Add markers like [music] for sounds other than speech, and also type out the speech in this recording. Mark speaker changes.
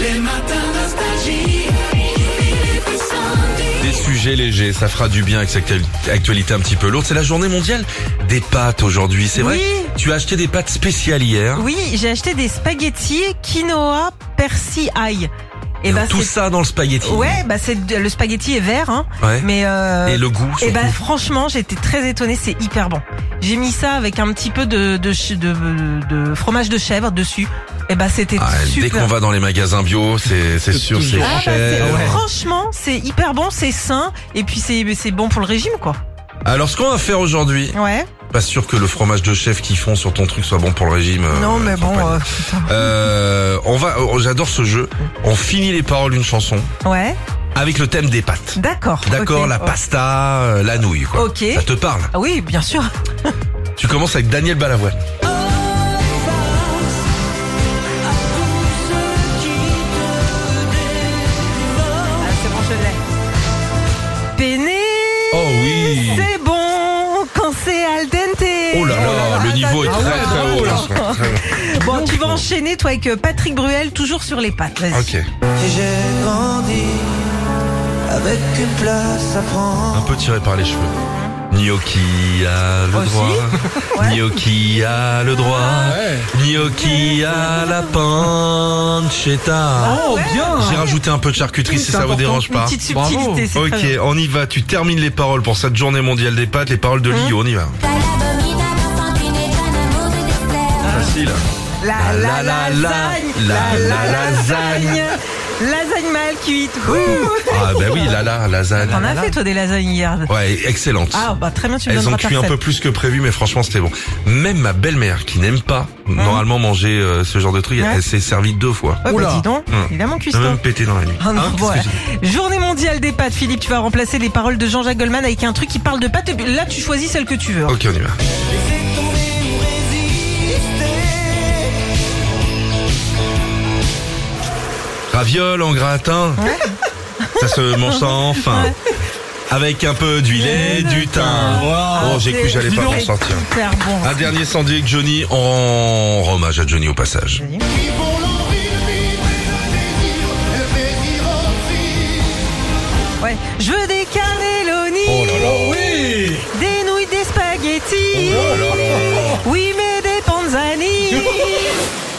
Speaker 1: Les matins nostalgie. Philippe et Sandy.
Speaker 2: Des sujets légers, ça fera du bien avec cette actu- actualité un petit peu lourde. C'est la journée mondiale des pâtes aujourd'hui, c'est vrai Hein
Speaker 3: Oui.
Speaker 2: Tu as acheté des pâtes spéciales hier.
Speaker 3: Oui, j'ai acheté des spaghettis quinoa persil ail. Et bah,
Speaker 2: Tout
Speaker 3: c'est-
Speaker 2: ça dans le spaghetti.
Speaker 3: Ouais, bah c'est le spaghetti est vert, hein.
Speaker 2: Ouais.
Speaker 3: Mais euh,
Speaker 2: Et le goût,
Speaker 3: eh
Speaker 2: surtout.
Speaker 3: bah franchement, j'étais très étonnée, c'est hyper bon. J'ai mis ça avec un petit peu de de, ch- de, de fromage de chèvre dessus. Et bah c'était
Speaker 2: Ah, dès
Speaker 3: super.
Speaker 2: qu'on va dans les magasins bio, c'est c'est sûr, c'est
Speaker 3: Ah, bah, c'est-
Speaker 2: cher.
Speaker 3: Franchement, c'est hyper bon, c'est sain et puis c'est c'est bon pour le régime quoi.
Speaker 2: Alors ce qu'on va faire aujourd'hui,
Speaker 3: Ouais.
Speaker 2: pas sûr que le fromage de chef qu'ils font sur ton truc soit bon pour le régime. euh,
Speaker 3: non mais bon.
Speaker 2: campagne.
Speaker 3: euh, putain.
Speaker 2: Euh, on va, oh, j'adore ce jeu. On finit les paroles d'une chanson
Speaker 3: ouais.
Speaker 2: avec le thème des pâtes.
Speaker 3: D'accord.
Speaker 2: D'accord,
Speaker 3: ok. oh.
Speaker 2: la pasta, euh, la nouille, quoi.
Speaker 3: Ok.
Speaker 2: Ça te parle.
Speaker 3: Ah oui, bien sûr.
Speaker 2: Tu commences avec Daniel Balavoine.
Speaker 3: Ah, c'est bon, je l'ai. Péné,
Speaker 2: Oh oui.
Speaker 3: c'est bon quand c'est al dente.
Speaker 2: Oh là là, le niveau est
Speaker 3: attends,
Speaker 2: très
Speaker 3: attends.
Speaker 2: très haut. là, ce soir.
Speaker 3: Bon, tu vas enchaîner toi avec euh, Patrick Bruel, toujours sur les pattes. Vas-y.
Speaker 2: ok.
Speaker 4: Et j'ai grandi avec une place à prendre.
Speaker 2: Un peu tiré par les cheveux. Gnocchi a le
Speaker 3: Aussi. [laughs] Ah
Speaker 2: droit. Gnocchi a le droit. Gnocchi a la
Speaker 3: Ah
Speaker 2: pancetta.
Speaker 5: Oh bien
Speaker 2: J'ai rajouté un peu de charcuterie
Speaker 5: Oui,
Speaker 2: si
Speaker 5: c'est
Speaker 2: ça vous
Speaker 5: important.
Speaker 2: dérange
Speaker 3: Une
Speaker 2: pas.
Speaker 3: petite subtilité, c'est très
Speaker 2: Ok,
Speaker 3: bien.
Speaker 2: on y va. Tu termines les paroles pour cette journée mondiale des pâtes, les paroles de
Speaker 3: Hein
Speaker 2: Lio. On y va. Facile.
Speaker 3: La, la, la,
Speaker 2: la,
Speaker 3: lasagne,
Speaker 2: la, la,
Speaker 3: lasagne, lasagne mal cuite. Ouh.
Speaker 2: Ah bah oui, la la lasagne.
Speaker 3: T'en as fait toi des lasagnes hier
Speaker 2: Ouais, excellente.
Speaker 3: Ah bah très bien, tu me
Speaker 2: Elles ont
Speaker 3: donneras ta
Speaker 2: cuit un peu
Speaker 3: recette.
Speaker 2: plus que prévu, mais franchement, c'était bon. Même ma belle-mère, qui n'aime pas normalement manger euh, ce genre de truc,
Speaker 3: Hein Ouais.
Speaker 2: elle s'est servie deux fois.
Speaker 3: Ouais, bah,
Speaker 5: Oula.
Speaker 3: dis donc,
Speaker 2: Hum.
Speaker 3: évidemment
Speaker 2: Elle a
Speaker 3: cuistot.
Speaker 2: même pété dans la nuit.
Speaker 3: Ah non,
Speaker 2: Hein,
Speaker 3: bon,
Speaker 2: qu'est-ce que
Speaker 3: Journée mondiale des pâtes, Philippe, tu vas remplacer les paroles de Jean-Jacques Goldman avec un truc qui parle de pâtes. Et puis Là, tu choisis celle que tu veux.
Speaker 2: j'ai- Ok, on y va.
Speaker 4: Laissez tomber ou résister.
Speaker 2: Raviole en gratin. Ça se mange sans fin. Avec un peu d'huile et du thym.
Speaker 5: Wow.
Speaker 2: Oh, j'ai cru que j'allais pas m'en sortir.
Speaker 3: Ah, Super bon.
Speaker 2: Un dernier Sandy avec Johnny. On rend hommage à Johnny au passage.
Speaker 4: Vivons l'envie de vivre et le désir, le plaisir aussi.
Speaker 2: Ah.
Speaker 3: Ouais. Je veux des cannelloni,
Speaker 2: Oh
Speaker 5: Oui
Speaker 3: des nouilles, des spaghettis.
Speaker 2: Oh
Speaker 3: Oui, mais des panzani.
Speaker 2: [laughs]